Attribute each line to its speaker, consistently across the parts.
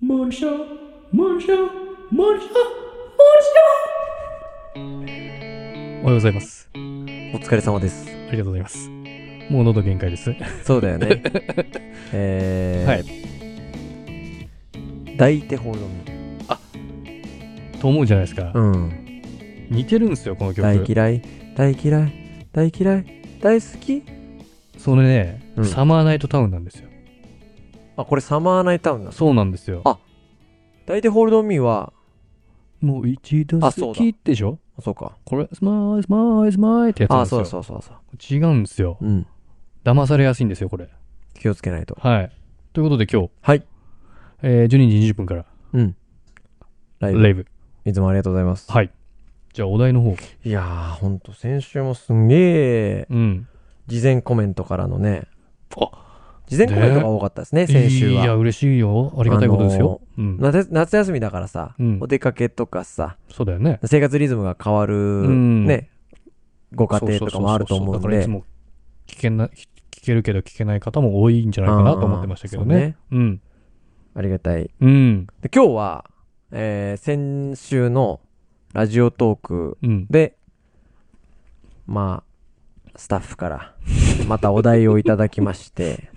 Speaker 1: モンショーモンショーモンショーモンショーおはようございます。あ
Speaker 2: お疲れ様です。
Speaker 1: りがとうございます。もう喉限界です。
Speaker 2: そうだよね。 えー、抱いてほろみ。
Speaker 1: と思うじゃないですか。
Speaker 2: うん。
Speaker 1: 似てるんですよ、この曲。
Speaker 2: 大嫌い、大嫌い、大嫌い、大好き。
Speaker 1: それね、
Speaker 2: うん
Speaker 1: サマーナイトタウンなんですよ。
Speaker 2: あ、これサマーナイトタウンだ。
Speaker 1: そうなんですよ。
Speaker 2: あ抱いてホールドミーは、
Speaker 1: もう一度
Speaker 2: あそ
Speaker 1: 好
Speaker 2: うだ
Speaker 1: きでしょ
Speaker 2: あそうか。
Speaker 1: これ、スマイスマイスマイってやつなん
Speaker 2: あ、
Speaker 1: ですよ。
Speaker 2: そうだそうだそうだそうだ。
Speaker 1: 違うんですよ。
Speaker 2: うん。
Speaker 1: 騙されやすいんですよ、これ。
Speaker 2: 気をつけないと。
Speaker 1: はい。ということで今日、
Speaker 2: はい。
Speaker 1: えー、12時20分から、
Speaker 2: うん。ライブ。
Speaker 1: ライブ。
Speaker 2: いつもありがとうございます。
Speaker 1: はい。じゃあ、お題の方。
Speaker 2: いやー、ほんと、先週もすんげー、
Speaker 1: うん。
Speaker 2: 事前コメントからのね、
Speaker 1: あ、
Speaker 2: 事前コメントが多かったですね、先週
Speaker 1: いや、
Speaker 2: は。
Speaker 1: 嬉しいよ。ありがたいことですよ。うん。
Speaker 2: 夏夏休みだからさ、
Speaker 1: うん
Speaker 2: お出かけとかさ、
Speaker 1: そうだよね。
Speaker 2: 生活リズムが変わる、
Speaker 1: ん
Speaker 2: ね、ご家庭とかもあると思う
Speaker 1: そ
Speaker 2: ん
Speaker 1: そそそだからい
Speaker 2: で
Speaker 1: つ。も聞けな、聞けるけど聞けない方も多いんじゃないかなと思ってましたけどね。うん。
Speaker 2: ありがたい。
Speaker 1: うん。
Speaker 2: で今日は、えー先週のラジオトーク
Speaker 1: うん。
Speaker 2: で、まあ、スタッフから、またお題をいただき まして、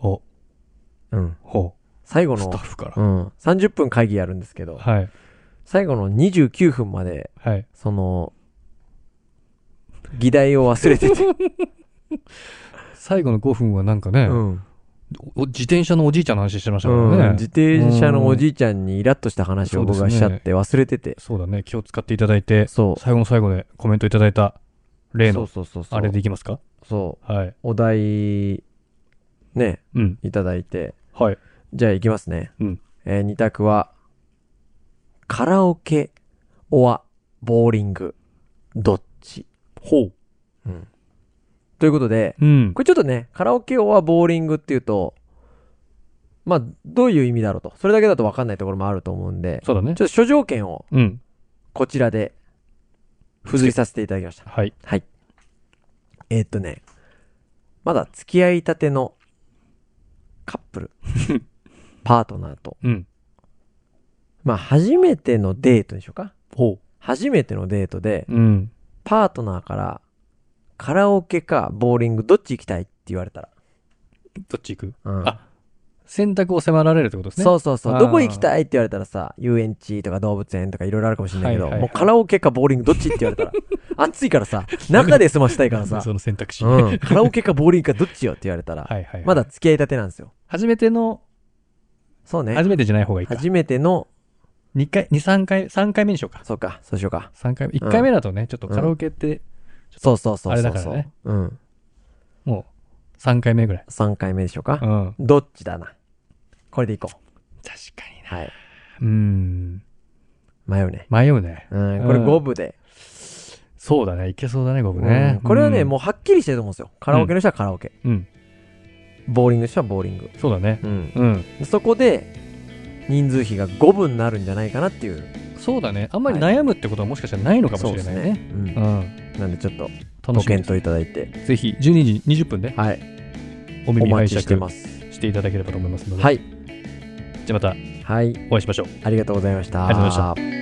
Speaker 1: お、
Speaker 2: うん。
Speaker 1: ほ
Speaker 2: 最後
Speaker 1: う。スタッ
Speaker 2: の、
Speaker 1: フから
Speaker 2: う。ん。30分会議やるんですけど、
Speaker 1: はい。
Speaker 2: 最後の29分まで、
Speaker 1: はい。
Speaker 2: その、議題を忘れてて、
Speaker 1: 最後の5分はなんかね、
Speaker 2: うん。
Speaker 1: お自転車のおじいちゃんの話してましたか
Speaker 2: う
Speaker 1: ら
Speaker 2: ん、
Speaker 1: ね。
Speaker 2: 自転車のおじいちゃんにイラッとした話を僕がしちゃって忘れてて。
Speaker 1: そうだね。気を使っていただいて、
Speaker 2: そう。
Speaker 1: 最後の最後でコメントいただいた例
Speaker 2: そう
Speaker 1: の、
Speaker 2: そうそうそう。
Speaker 1: あれでいきますか
Speaker 2: そう。
Speaker 1: はい。
Speaker 2: お題、ね、
Speaker 1: うん。
Speaker 2: いただいて。
Speaker 1: はい。
Speaker 2: じゃあ行きますね。
Speaker 1: うん
Speaker 2: えー二択は、カラオケ、おわ、ボーリング、どっち
Speaker 1: ほう。
Speaker 2: ということで、
Speaker 1: うん。
Speaker 2: これちょっとね、カラオケ、おわ、ボーリングっていうと、まあ、どういう意味だろうと。それだけだと分かんないところもあると思うんで、ち
Speaker 1: そ
Speaker 2: ょ
Speaker 1: うだね
Speaker 2: っ。と諸条件を
Speaker 1: うん。
Speaker 2: こちらで、付随させていただきました。
Speaker 1: はい。
Speaker 2: はい。えーっとね、まだ付き合いたてのカッ プル、パートナーと、
Speaker 1: うん。
Speaker 2: まあ初めてのデートにしようか。
Speaker 1: ほ
Speaker 2: 初めてのデートで、
Speaker 1: う。うん。
Speaker 2: パートナーからカラオケかボーリングどっち行きたいって言われたら。
Speaker 1: どっち行く
Speaker 2: うん
Speaker 1: あ選択を迫られるってことですね。
Speaker 2: そうそうそ
Speaker 1: あ
Speaker 2: う。
Speaker 1: ー
Speaker 2: どこ行きたいって言われたらさ、遊園地とか動物園とかいろいろあるかもしれないけど、
Speaker 1: はいはいはい
Speaker 2: もうカラオケかボーリングどっちって言われた ら、暑いからさ、中で済ましたいからさ、
Speaker 1: その選択肢。
Speaker 2: うん、カラオケかボーリングかどっちよって言われたら、
Speaker 1: はいはい。
Speaker 2: まだ、付き合いたてなんですよ。
Speaker 1: 初めての、
Speaker 2: そうね。
Speaker 1: 初めてじゃない方がいいか。
Speaker 2: 初めての、
Speaker 1: 二回、二三回、三回目にしようか。
Speaker 2: そうか、そうしようか。
Speaker 1: 三回目。一回目だとね、ちょっとカラオケって、
Speaker 2: そうそうそうそうそう。
Speaker 1: あれだからね
Speaker 2: うん。
Speaker 1: もう、三回目ぐらい。
Speaker 2: 3回目でしょうか
Speaker 1: う。ん。
Speaker 2: どっちだな。これでいこう。
Speaker 1: 確かにな。
Speaker 2: はい。
Speaker 1: うん。
Speaker 2: 迷うね。
Speaker 1: 迷うね。
Speaker 2: うん、こ
Speaker 1: う
Speaker 2: れ
Speaker 1: ん
Speaker 2: 五分で。
Speaker 1: そうだね。いけそうだね、僕ね
Speaker 2: う。んこれはね、
Speaker 1: うん
Speaker 2: もうはっきりしてると思うんですよ。カラオケの人はカラオケ。
Speaker 1: うん。
Speaker 2: ボーリングの人はボーリング。
Speaker 1: そうだね。
Speaker 2: うん。
Speaker 1: うん。
Speaker 2: そこで、人数比が5分になるんじゃないかなっていう。
Speaker 1: そうだね。あんまり悩むってことはもしかしたらないのかも
Speaker 2: そう
Speaker 1: し
Speaker 2: で
Speaker 1: れ
Speaker 2: す
Speaker 1: ないね。。
Speaker 2: うん
Speaker 1: うん。
Speaker 2: なんでちょっと、ご
Speaker 1: 楽しみ
Speaker 2: 検
Speaker 1: で
Speaker 2: 討いただいて。
Speaker 1: す。ぜひ、12時20分で
Speaker 2: はい。
Speaker 1: お
Speaker 2: お
Speaker 1: 耳拝
Speaker 2: 待ち
Speaker 1: 借
Speaker 2: してます。
Speaker 1: していただければと思いますので。。
Speaker 2: はいい。
Speaker 1: じゃあまた
Speaker 2: はい。
Speaker 1: お会いしましょう。
Speaker 2: ありがとうございました。
Speaker 1: ありがとうござい
Speaker 2: ました。